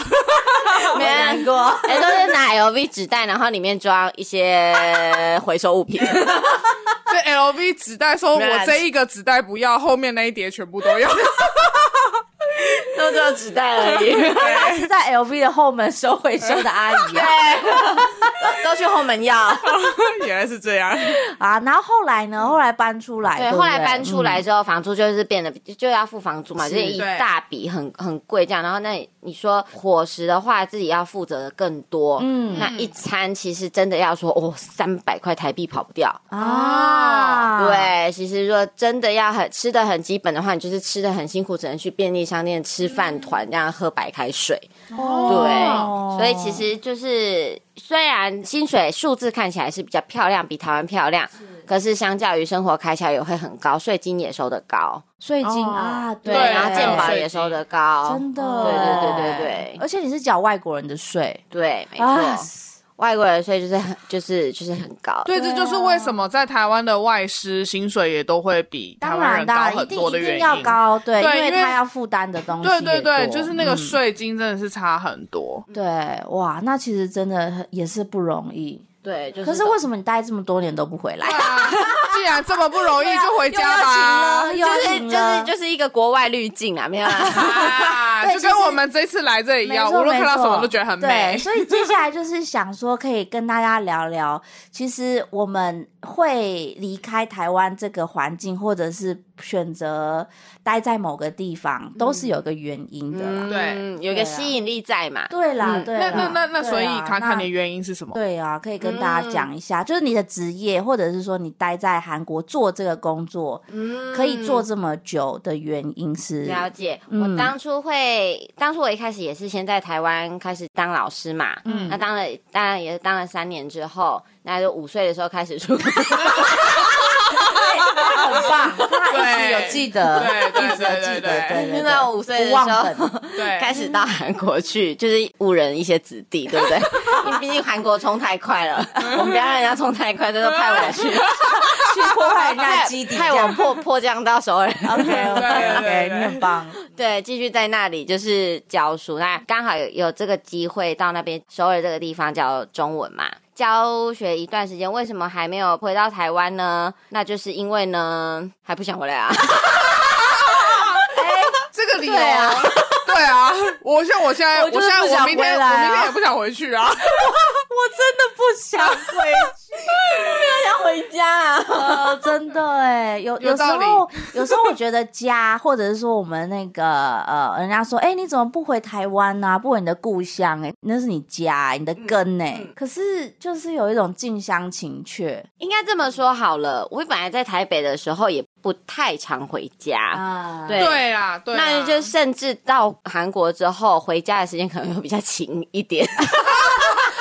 Speaker 3: 没人过，哎，都是拿 LV 纸袋，然后里面装一些回收物品。
Speaker 2: 这 LV 纸袋说，
Speaker 3: 没有
Speaker 2: 我
Speaker 3: 啦
Speaker 2: 这一个纸袋不要，后面那一叠全部都要。
Speaker 3: 都只有纸袋而 [laughs]
Speaker 1: [laughs]
Speaker 3: 已，
Speaker 1: [laughs] 他是在 LV 的后门收回收的
Speaker 3: [laughs]
Speaker 1: 阿姨啊
Speaker 3: 都去后门要。
Speaker 2: 原来是这 [laughs] 样，
Speaker 1: 啊，然后后来呢？后来搬出来，
Speaker 3: 对，
Speaker 1: 对不
Speaker 3: 后来
Speaker 1: 对
Speaker 3: 搬出来之后，房租就是变得就要付房租嘛，
Speaker 1: 是
Speaker 3: 就是一
Speaker 2: 对
Speaker 3: 大笔很很贵这样。然后那你说伙食的话，自己要负责的更多，
Speaker 1: 嗯
Speaker 3: 嗯，那一餐其实真的要说哦，三百块台币跑不掉。
Speaker 1: 嗯啊，，
Speaker 3: 哦对，其实说真的要很吃的很基本的话，你就是吃的很辛苦，只能去便利商店吃饭团，这样喝白开水。
Speaker 1: 哦
Speaker 3: 对，所以其实就是虽然薪水数字看起来是比较漂亮，比台湾漂亮，可是相较于生活开销也会很高，税金也收的高，
Speaker 1: 税金
Speaker 2: 哦
Speaker 1: 啊，
Speaker 3: 对，
Speaker 2: 对
Speaker 3: 然后健保也收的高，
Speaker 1: 真的，哦
Speaker 3: 对对对对对
Speaker 1: 而且你是缴外国人的税，
Speaker 3: 对，没错，
Speaker 1: 啊，
Speaker 3: 外国人的税就是很就是就是很高，
Speaker 2: 对，这就是为什么在台湾的外师薪水也都会比台
Speaker 1: 当
Speaker 2: 湾
Speaker 1: 然
Speaker 2: 人
Speaker 1: 当
Speaker 2: 高
Speaker 1: 然一
Speaker 2: 很
Speaker 1: 定
Speaker 2: 多
Speaker 1: 一
Speaker 2: 的
Speaker 1: 定
Speaker 2: 原
Speaker 1: 要
Speaker 2: 因。
Speaker 1: 高，对，
Speaker 2: 对
Speaker 1: 因
Speaker 2: 因
Speaker 1: 为
Speaker 2: 为
Speaker 1: 他要负担的东西也多，
Speaker 2: 对对对，就是那个
Speaker 1: 嗯
Speaker 2: 税金真的是差很多。
Speaker 1: 对，哇，那其实真的很也是不容易。
Speaker 3: 对，就是
Speaker 1: 可是为什么你待这么多年都不回来？
Speaker 2: 啊，既然这么不容易，就回家吧。
Speaker 1: 啊又要
Speaker 3: 就
Speaker 1: 请了，又要请
Speaker 3: 是就是就是
Speaker 1: 了 [laughs]
Speaker 3: 就是一个国外滤镜啊，没有啦。
Speaker 2: 哎啦，
Speaker 1: 对
Speaker 2: 就跟
Speaker 1: 其实
Speaker 2: 我们这次来这里
Speaker 1: [laughs]
Speaker 2: 一
Speaker 1: 没
Speaker 2: 样，
Speaker 1: 错
Speaker 2: 无论看到
Speaker 1: 没
Speaker 2: 什
Speaker 1: 错
Speaker 2: 么都觉得很美
Speaker 1: 对，。所以接下来就是想说，可以跟大家聊聊，其实我们会离开台湾这个环境，或者是选择待在某个地方，都
Speaker 2: 嗯
Speaker 1: 是有个原因的啦。
Speaker 2: 对
Speaker 3: 嗯，有一个吸引力在嘛。
Speaker 1: 啊对啦，
Speaker 3: 嗯
Speaker 1: 对
Speaker 2: 那
Speaker 1: 啦，
Speaker 2: 那那那，
Speaker 1: 对
Speaker 2: 所以
Speaker 1: 啊
Speaker 2: 卡卡，
Speaker 1: 那
Speaker 2: 你的原因是什么？嗯
Speaker 1: 对啊，可以跟大家讲一下，就是你的职业，或者是说你待在韩国做这个工作，
Speaker 3: 嗯
Speaker 1: 可以做这么久的原因是，
Speaker 3: 了解，
Speaker 1: 嗯
Speaker 3: 我当初会，当初我一开始也是先在台湾开始当老师嘛，
Speaker 2: 嗯
Speaker 3: 那当了，当然也是当了三年之后，那就五岁的时候开始出国，
Speaker 1: 他 [laughs] 很棒，他一 [laughs] 直有记得，
Speaker 2: 对对
Speaker 1: 一直有
Speaker 2: 对对
Speaker 1: 记得，
Speaker 2: 对
Speaker 1: 对
Speaker 3: [laughs]
Speaker 1: 对
Speaker 3: 真的五岁
Speaker 1: 对，
Speaker 3: 的
Speaker 1: 不忘
Speaker 3: 时候 [laughs]
Speaker 1: 本。
Speaker 2: 对，
Speaker 3: 开始到韩国去，就是误人一些子弟，对不对？
Speaker 1: [laughs]
Speaker 3: 因为毕竟韩国冲太快了，我们不要让人家冲太快，这就派我去，
Speaker 1: [laughs] 去破坏人家的基
Speaker 3: [laughs]
Speaker 1: 地，
Speaker 3: 派我迫迫降到
Speaker 1: [laughs]
Speaker 3: 首尔。 [laughs]
Speaker 1: OK
Speaker 2: 对
Speaker 1: OK
Speaker 2: 对
Speaker 1: OK，
Speaker 2: 对
Speaker 1: 你很棒。
Speaker 3: 对，继续在那里就是教书。那刚好有有这个机会到那边首尔这个地方教中文嘛，教学一段时间，为什么还没有回到台湾呢？那就是因为呢还不想回来 [laughs] 啊。
Speaker 2: 这个理由
Speaker 3: 对啊，
Speaker 2: 对啊，我像我现在，
Speaker 1: 我
Speaker 2: 我
Speaker 1: 就是
Speaker 2: 现在
Speaker 1: 不
Speaker 2: 我
Speaker 1: 想
Speaker 2: 明天
Speaker 1: 回来啊
Speaker 2: 我明天也不想回去啊。
Speaker 1: 我真的不想回去，
Speaker 4: 回家啊，
Speaker 1: [laughs] 呃真的哎，有
Speaker 2: 有
Speaker 1: 有时
Speaker 2: 道理
Speaker 1: 候，有时候我觉得家，或者是说我们那个呃，人家说，哎，你怎么不回台湾呢？不回你的故乡？哎，那是你家欸，你的根哎。可是就是有一种近乡情怯
Speaker 3: 应该这么说好了，我本来在台北的时候也不太常回家。
Speaker 1: 啊，
Speaker 3: 对
Speaker 2: 对啦，对啦，
Speaker 3: 那就甚至到韩国之后，回家的时间可能会比较勤一点，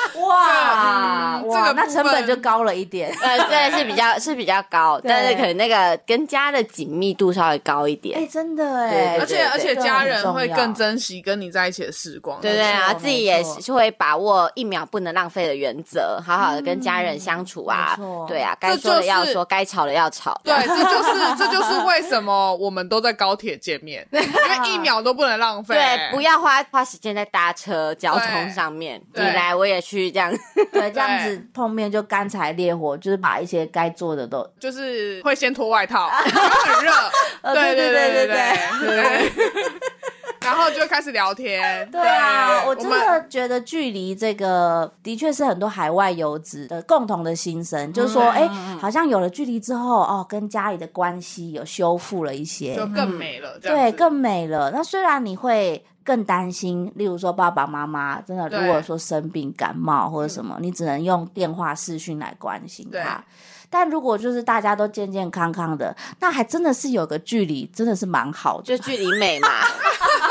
Speaker 1: 哇
Speaker 2: 这个嗯这
Speaker 1: 哇，
Speaker 2: 个
Speaker 1: 那
Speaker 2: 部
Speaker 1: 成本
Speaker 2: 分
Speaker 1: 就高了一点。
Speaker 3: 呃， [laughs] 对，是比较是比较高，
Speaker 1: 对
Speaker 3: [laughs] 但是可能那个跟家的紧密度稍微高一点。
Speaker 1: 哎，真的
Speaker 3: 对
Speaker 1: 哎，
Speaker 3: 对
Speaker 2: 而且
Speaker 3: 对
Speaker 2: 而且
Speaker 1: 这个
Speaker 2: 家
Speaker 1: 很
Speaker 2: 人
Speaker 1: 重
Speaker 2: 会
Speaker 1: 要
Speaker 2: 更珍惜跟你在一起的时光。
Speaker 3: 对
Speaker 1: 没
Speaker 3: 对啊，
Speaker 1: 错
Speaker 3: 自己也
Speaker 1: 没错
Speaker 3: 是会把握一秒不能浪费的原则，好好的跟家人相处啊
Speaker 1: 嗯没错。
Speaker 3: 对啊，
Speaker 2: 这
Speaker 3: 该说的
Speaker 2: 就是
Speaker 3: 要说，该吵的要吵。
Speaker 2: 对，这就是这就是为什么我们都在高铁见面，因为一秒都不能浪费。
Speaker 3: 对，不要花花时间在搭车交通
Speaker 2: 对
Speaker 3: 上面，你
Speaker 2: 对
Speaker 3: 来我也去这样。
Speaker 1: 对，这样
Speaker 2: 对
Speaker 1: 子碰面就干柴烈火，就是把一些该做的都
Speaker 2: 就是会先脱外套，因为很热。
Speaker 1: 呃
Speaker 2: 对
Speaker 1: 对
Speaker 2: 对
Speaker 1: 对
Speaker 2: 对对。然后就开始聊天。
Speaker 1: 对啊，
Speaker 2: 对
Speaker 1: 我
Speaker 2: 我
Speaker 1: 真
Speaker 2: 们
Speaker 1: 的觉得距离这个的确是很多海外游子的共同的心声，就是说，哎、好像有了距离之后，哦，跟家里的关系有修复了一些，
Speaker 2: 就更美了，这样
Speaker 1: 对，
Speaker 2: 子
Speaker 1: 更美了。那虽然你会更担心，例如说爸爸妈妈真的
Speaker 2: 对嗯
Speaker 1: 如果说生病、感冒或者什么，你只能用电话、视讯来关心
Speaker 2: 对
Speaker 1: 他。但如果就是大家都健健康康的，那还真的是有个距离，真的是蛮好的。
Speaker 3: 就距离美嘛，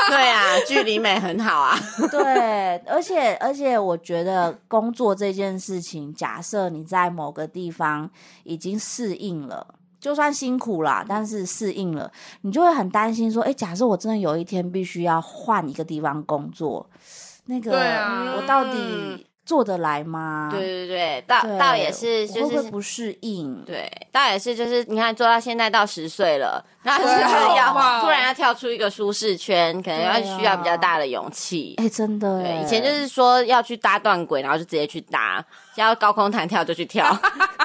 Speaker 3: 对啊，距离美很
Speaker 1: [laughs]
Speaker 3: 好啊。 [laughs]
Speaker 1: 对，而且而且，我觉得工作这件事情，假设你在某个地方已经适应了。就算辛苦啦，但是适应了，你就会很担心说，哎、假设我真的有一天必须要换一个地方工作，那个、
Speaker 2: 对啊
Speaker 1: 我到底做得来吗？
Speaker 3: 嗯对对对，倒
Speaker 1: 对，
Speaker 3: 倒也是，
Speaker 1: 我
Speaker 3: 就
Speaker 1: 会不
Speaker 3: 是
Speaker 1: 会不适应？
Speaker 3: 对，倒也是，就是你看做到现在到十岁了，那就是
Speaker 1: 对
Speaker 3: 要
Speaker 1: 好棒
Speaker 3: 突然要跳出一个舒适圈，可能要
Speaker 1: 对啊
Speaker 3: 需要比较大的勇气。
Speaker 1: 哎、真的
Speaker 3: 对，
Speaker 1: 哎，
Speaker 3: 以前就是说要去搭断轨，然后就直接去搭，现在高空弹跳就去跳， [laughs]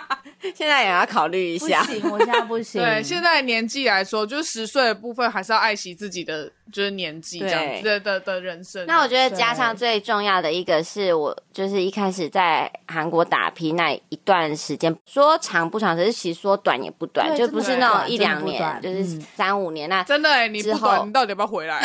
Speaker 3: 现在也要考虑一
Speaker 1: 不
Speaker 3: 下。
Speaker 1: 行，啊我现在
Speaker 3: [laughs]
Speaker 1: 不行。
Speaker 4: 嗯
Speaker 2: 对，现在年纪来说，就是十岁的部分还是要爱惜自己的，就是年纪这
Speaker 3: 对
Speaker 2: 样子的的的人生。
Speaker 3: 那我
Speaker 2: 得
Speaker 3: 觉得加上最重要的一个是我就是一开始在韩国打拼那一段时间，说长不长，可是其实说短也不短，
Speaker 1: 对
Speaker 3: 就不是
Speaker 2: 真的
Speaker 3: 那
Speaker 1: 不
Speaker 3: 种
Speaker 1: 短
Speaker 3: 一
Speaker 1: 真的
Speaker 3: 两
Speaker 1: 不
Speaker 3: 年，
Speaker 1: 短
Speaker 3: 就是
Speaker 1: 嗯
Speaker 3: 三五年那
Speaker 2: 真的哎、你
Speaker 3: 之
Speaker 2: 不
Speaker 3: 后
Speaker 2: 短，你到底要不要
Speaker 4: [laughs]
Speaker 2: 回来？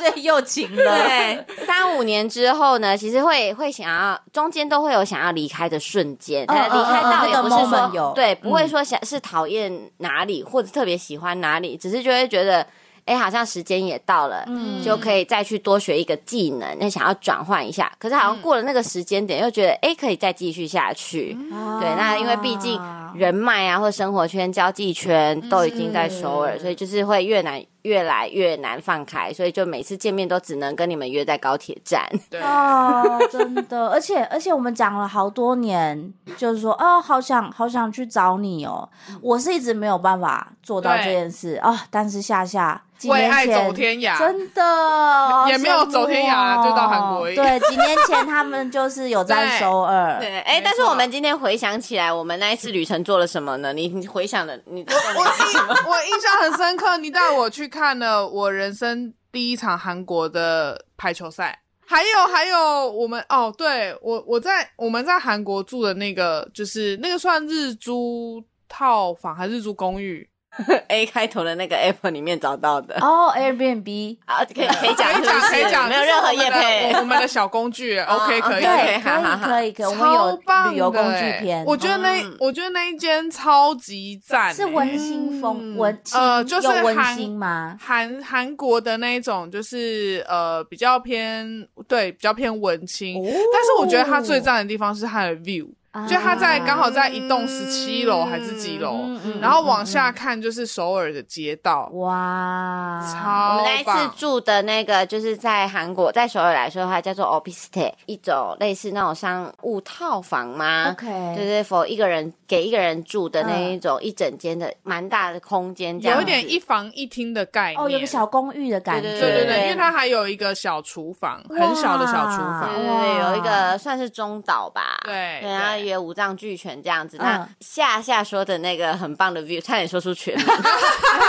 Speaker 1: 这又情了，
Speaker 3: 对，三五年之后呢，其实会会想要，中间都会有想要离开的瞬间，
Speaker 1: 嗯
Speaker 3: 但离开
Speaker 1: 嗯
Speaker 3: 到
Speaker 1: 嗯
Speaker 3: 也不是
Speaker 1: 那个
Speaker 3: 说
Speaker 1: moment 有
Speaker 3: 对，
Speaker 1: 嗯
Speaker 3: 不会说想是讨厌哪里或者特别喜欢哪里，只是就会觉得，哎，好像时间也到了。
Speaker 1: 嗯
Speaker 3: 就可以再去多学一个技能，那想要转换一下，可是
Speaker 1: 嗯
Speaker 3: 好像过了那个时间点，又觉得哎、诶可以再继续下去。 [laughs]
Speaker 1: 嗯
Speaker 3: 对，那因为毕竟
Speaker 1: 啊
Speaker 3: 人脉啊，或生活圈、交际圈都已经在首尔，所以就是会越难越来越难放开，所以就每次见面都只能跟你们约在高铁站。
Speaker 2: 对，
Speaker 1: 哦，真的，而且而且我们讲了好多年，就是说，哦，好想好想去找你哦，
Speaker 2: 嗯
Speaker 1: 我是一直没有办法做到这件事啊、但是夏夏几
Speaker 2: 为
Speaker 1: 年
Speaker 2: 爱
Speaker 1: 前
Speaker 2: 走天涯，
Speaker 1: 真的
Speaker 2: 也没有
Speaker 1: 好羡慕
Speaker 2: 走天涯啊
Speaker 1: 哦
Speaker 2: 就到韩国而已
Speaker 1: 对，几年前他们就是有在
Speaker 2: 对
Speaker 1: 首尔，
Speaker 3: [laughs] 对，哎、
Speaker 2: 没
Speaker 3: 但是
Speaker 2: 错
Speaker 3: 我们今天回想起来，我们那一次旅程做了什么呢？你你 [laughs] 回想了，你
Speaker 2: 我印我印象很深刻，你带我去看了我人生第一场韩国的排球赛。还有还有，我们哦，对我我在我们在韩国住的那个，就是那个算日租套房还是日租公寓？
Speaker 3: 哎
Speaker 4: A 开头的那个 app
Speaker 3: [laughs]
Speaker 4: 里面找到的。
Speaker 1: 哦，Airbnb，
Speaker 4: 啊，可以可以讲
Speaker 2: 可以讲
Speaker 4: 是不
Speaker 2: 可
Speaker 4: 是
Speaker 2: 以讲，
Speaker 4: 没有任何
Speaker 2: 这是
Speaker 4: 业
Speaker 2: 我们的
Speaker 4: 配哦
Speaker 2: 我。我们的小工具，OK 可以。
Speaker 1: 对，
Speaker 4: OK，
Speaker 1: 可
Speaker 4: 哈哈
Speaker 1: 以
Speaker 4: 哈
Speaker 1: 可以可以，我们
Speaker 2: 超
Speaker 1: 有
Speaker 2: 棒
Speaker 1: 旅游工
Speaker 2: 的
Speaker 1: 具
Speaker 2: 欸
Speaker 1: 篇，
Speaker 2: 我觉得那、
Speaker 4: 嗯
Speaker 2: 我觉得那一间超级赞欸、
Speaker 1: 是温馨风
Speaker 4: 嗯
Speaker 1: 温馨，
Speaker 2: 呃就是
Speaker 1: 有温
Speaker 2: 韩
Speaker 1: 馨吗？
Speaker 2: 韩韩国的那一种，就是呃比较偏对比较偏文青，
Speaker 1: 哦
Speaker 2: 但是我觉得它最赞的地方是它的 view，、就
Speaker 1: 啊
Speaker 2: 它在刚好在一栋十七楼还是几楼，
Speaker 1: 嗯嗯
Speaker 2: 然后往
Speaker 1: 嗯
Speaker 2: 下看就是首尔的街道，
Speaker 1: 哇，
Speaker 2: 超棒！
Speaker 3: 我们那一次住的那个，就是在韩国，在首尔来说的话，叫做 o p i s t e 一种类似那种商务套房吗
Speaker 1: OK
Speaker 3: 就是 for 一个人给一个人住的那一
Speaker 1: 嗯
Speaker 3: 种一整间的蛮大的空间，这样
Speaker 2: 有
Speaker 3: 子
Speaker 2: 一点一房一厅的概念，
Speaker 1: 哦，有个小公寓的感觉，
Speaker 3: 对
Speaker 2: 对对对，
Speaker 3: 对
Speaker 2: 因为它还有一个小厨房，很小的小厨
Speaker 3: 对
Speaker 2: 房，
Speaker 3: 对对，
Speaker 1: 哇
Speaker 3: 有一个算是中岛吧，
Speaker 2: 对
Speaker 3: 然后
Speaker 2: 对
Speaker 3: 也五脏俱全这样子。
Speaker 1: 嗯
Speaker 3: 那夏夏说的那个很棒的 view，差点说
Speaker 1: [laughs]
Speaker 3: 出全名，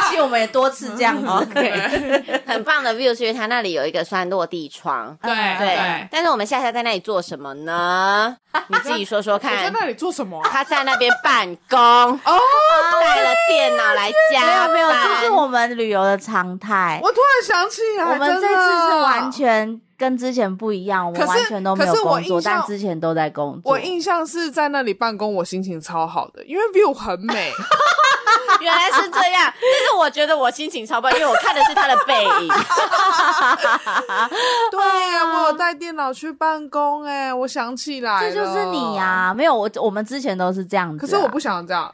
Speaker 1: 其实我们也多次这样子， [laughs]
Speaker 3: 很棒的 view 是因为它那里有一个算落地窗。
Speaker 2: 对
Speaker 1: 嗯
Speaker 3: 对，
Speaker 2: 对。
Speaker 3: 但是我们夏夏在那里做什么
Speaker 1: [laughs]
Speaker 3: 呢？你自己说说
Speaker 2: 我在
Speaker 3: 看。
Speaker 2: 那里做什么啊？
Speaker 3: 他在那边办
Speaker 1: [laughs]
Speaker 3: 公哦，带了电脑来
Speaker 1: 没
Speaker 2: [laughs]
Speaker 3: 加
Speaker 1: 有
Speaker 3: 班，
Speaker 1: 啊没有，这是我们旅游的常态。
Speaker 2: 我突然想起来，
Speaker 1: 我们这
Speaker 2: 真的
Speaker 1: 次是完。全跟之前不一样，我
Speaker 2: 可
Speaker 1: 们
Speaker 2: 是
Speaker 1: 完全都没有
Speaker 2: 可是我
Speaker 1: 工作，
Speaker 2: 印象
Speaker 1: 但之前都在工作。
Speaker 2: 我印象是在那里办公，我心情超好的，因为 view 很
Speaker 1: [laughs]
Speaker 2: 美。
Speaker 3: 原来是这样。但是我觉得我心情超棒，因为我看的是他的背影。
Speaker 2: 对啊，我有带电脑去办公、欸，哎，我想起来，
Speaker 1: 这就是你、呀、没有我，我们之前都是这样子啊、
Speaker 2: 可是我不想这样，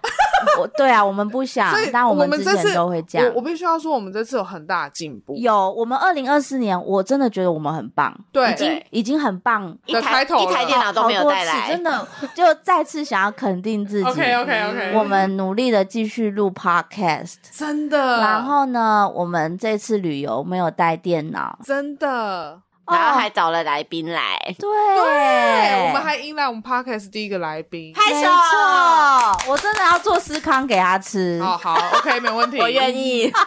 Speaker 1: 我对啊，我们不想
Speaker 2: 所以，
Speaker 1: 但
Speaker 2: 们
Speaker 1: 之
Speaker 2: 这次
Speaker 1: 前都会这样
Speaker 2: 我。我必须要说，我们这次有很大的进步。
Speaker 1: 有，我们二零二四年，我真的觉得我们很棒，
Speaker 2: 对
Speaker 1: 已经已经很棒，
Speaker 3: 一
Speaker 2: 的
Speaker 3: 台
Speaker 2: 开头
Speaker 3: 一
Speaker 2: 了
Speaker 3: 台电脑都没有带
Speaker 1: 好多次
Speaker 3: 来，
Speaker 1: 真的就再次想要肯定
Speaker 2: [laughs]
Speaker 1: 自己。
Speaker 2: OK OK OK，
Speaker 1: 嗯我们努力的继续录 Podcast，、
Speaker 2: 真的，
Speaker 1: 然后呢，我们这次旅游没有带电脑，
Speaker 2: 真的，
Speaker 3: 然后还
Speaker 1: 哦
Speaker 3: 找了来宾来，
Speaker 1: 对，
Speaker 2: 对，哎我们还迎来我们 podcast 第一个来宾。
Speaker 3: 拍
Speaker 1: 没
Speaker 3: 手，
Speaker 1: 错，我真的要做司康给他吃。
Speaker 2: 哦，好，OK，没
Speaker 1: [laughs]
Speaker 2: 问题，
Speaker 3: 我愿。意。
Speaker 2: [laughs]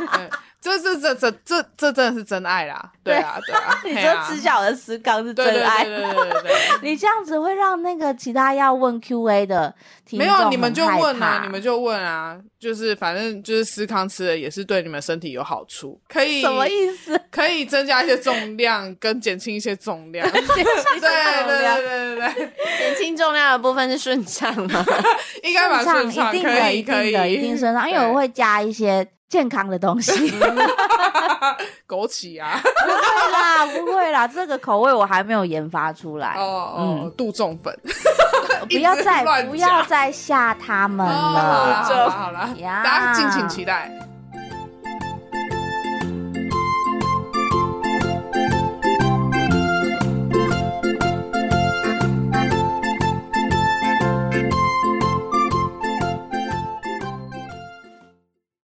Speaker 2: 这这这这这这真的是真爱啦，对啊，对
Speaker 1: [laughs]
Speaker 2: 啊，
Speaker 1: 你
Speaker 2: 嘿
Speaker 1: 就
Speaker 2: 啊
Speaker 1: 知晓我的司康是
Speaker 2: 对
Speaker 1: 真
Speaker 2: 对
Speaker 1: 爱。
Speaker 2: 对对对对对。
Speaker 1: 你这样子会让那个其他要问 Q&A 的 [laughs] 听
Speaker 2: 没
Speaker 1: 众
Speaker 2: 有，你们
Speaker 1: 很
Speaker 2: 就
Speaker 1: 害
Speaker 2: 问啊，
Speaker 1: 怕
Speaker 2: 你们就问啊，就是反正就是思康吃了也是对你们身体有好处，可以
Speaker 1: 什么意思？
Speaker 2: 可以增加一些重量，跟减轻一些
Speaker 1: [laughs]
Speaker 2: 重量。 [laughs] 对
Speaker 1: 对
Speaker 2: 对对对对对，
Speaker 3: 减轻重量的部分是顺畅吗？
Speaker 2: 应
Speaker 1: [laughs]
Speaker 2: 该蛮顺
Speaker 1: 一
Speaker 2: 畅，
Speaker 1: 定
Speaker 2: 可
Speaker 1: 的，一
Speaker 2: 以可
Speaker 1: 定的，
Speaker 2: 以，
Speaker 1: 一定顺畅，因为我会加一些健康的东西。
Speaker 2: 对枸
Speaker 1: [laughs]
Speaker 2: 杞啊，
Speaker 1: 不会啦，不会
Speaker 2: [laughs]
Speaker 1: 啦，这个口味我还没有研发出来，
Speaker 2: 哦
Speaker 1: 嗯
Speaker 2: 哦，杜仲粉。
Speaker 1: 不要再
Speaker 2: 一直乱
Speaker 1: 不要
Speaker 2: 讲
Speaker 1: 再吓他们
Speaker 2: 哦好啦
Speaker 1: 了。
Speaker 2: 好啦好啦，
Speaker 1: 呀
Speaker 2: 大家敬请期待。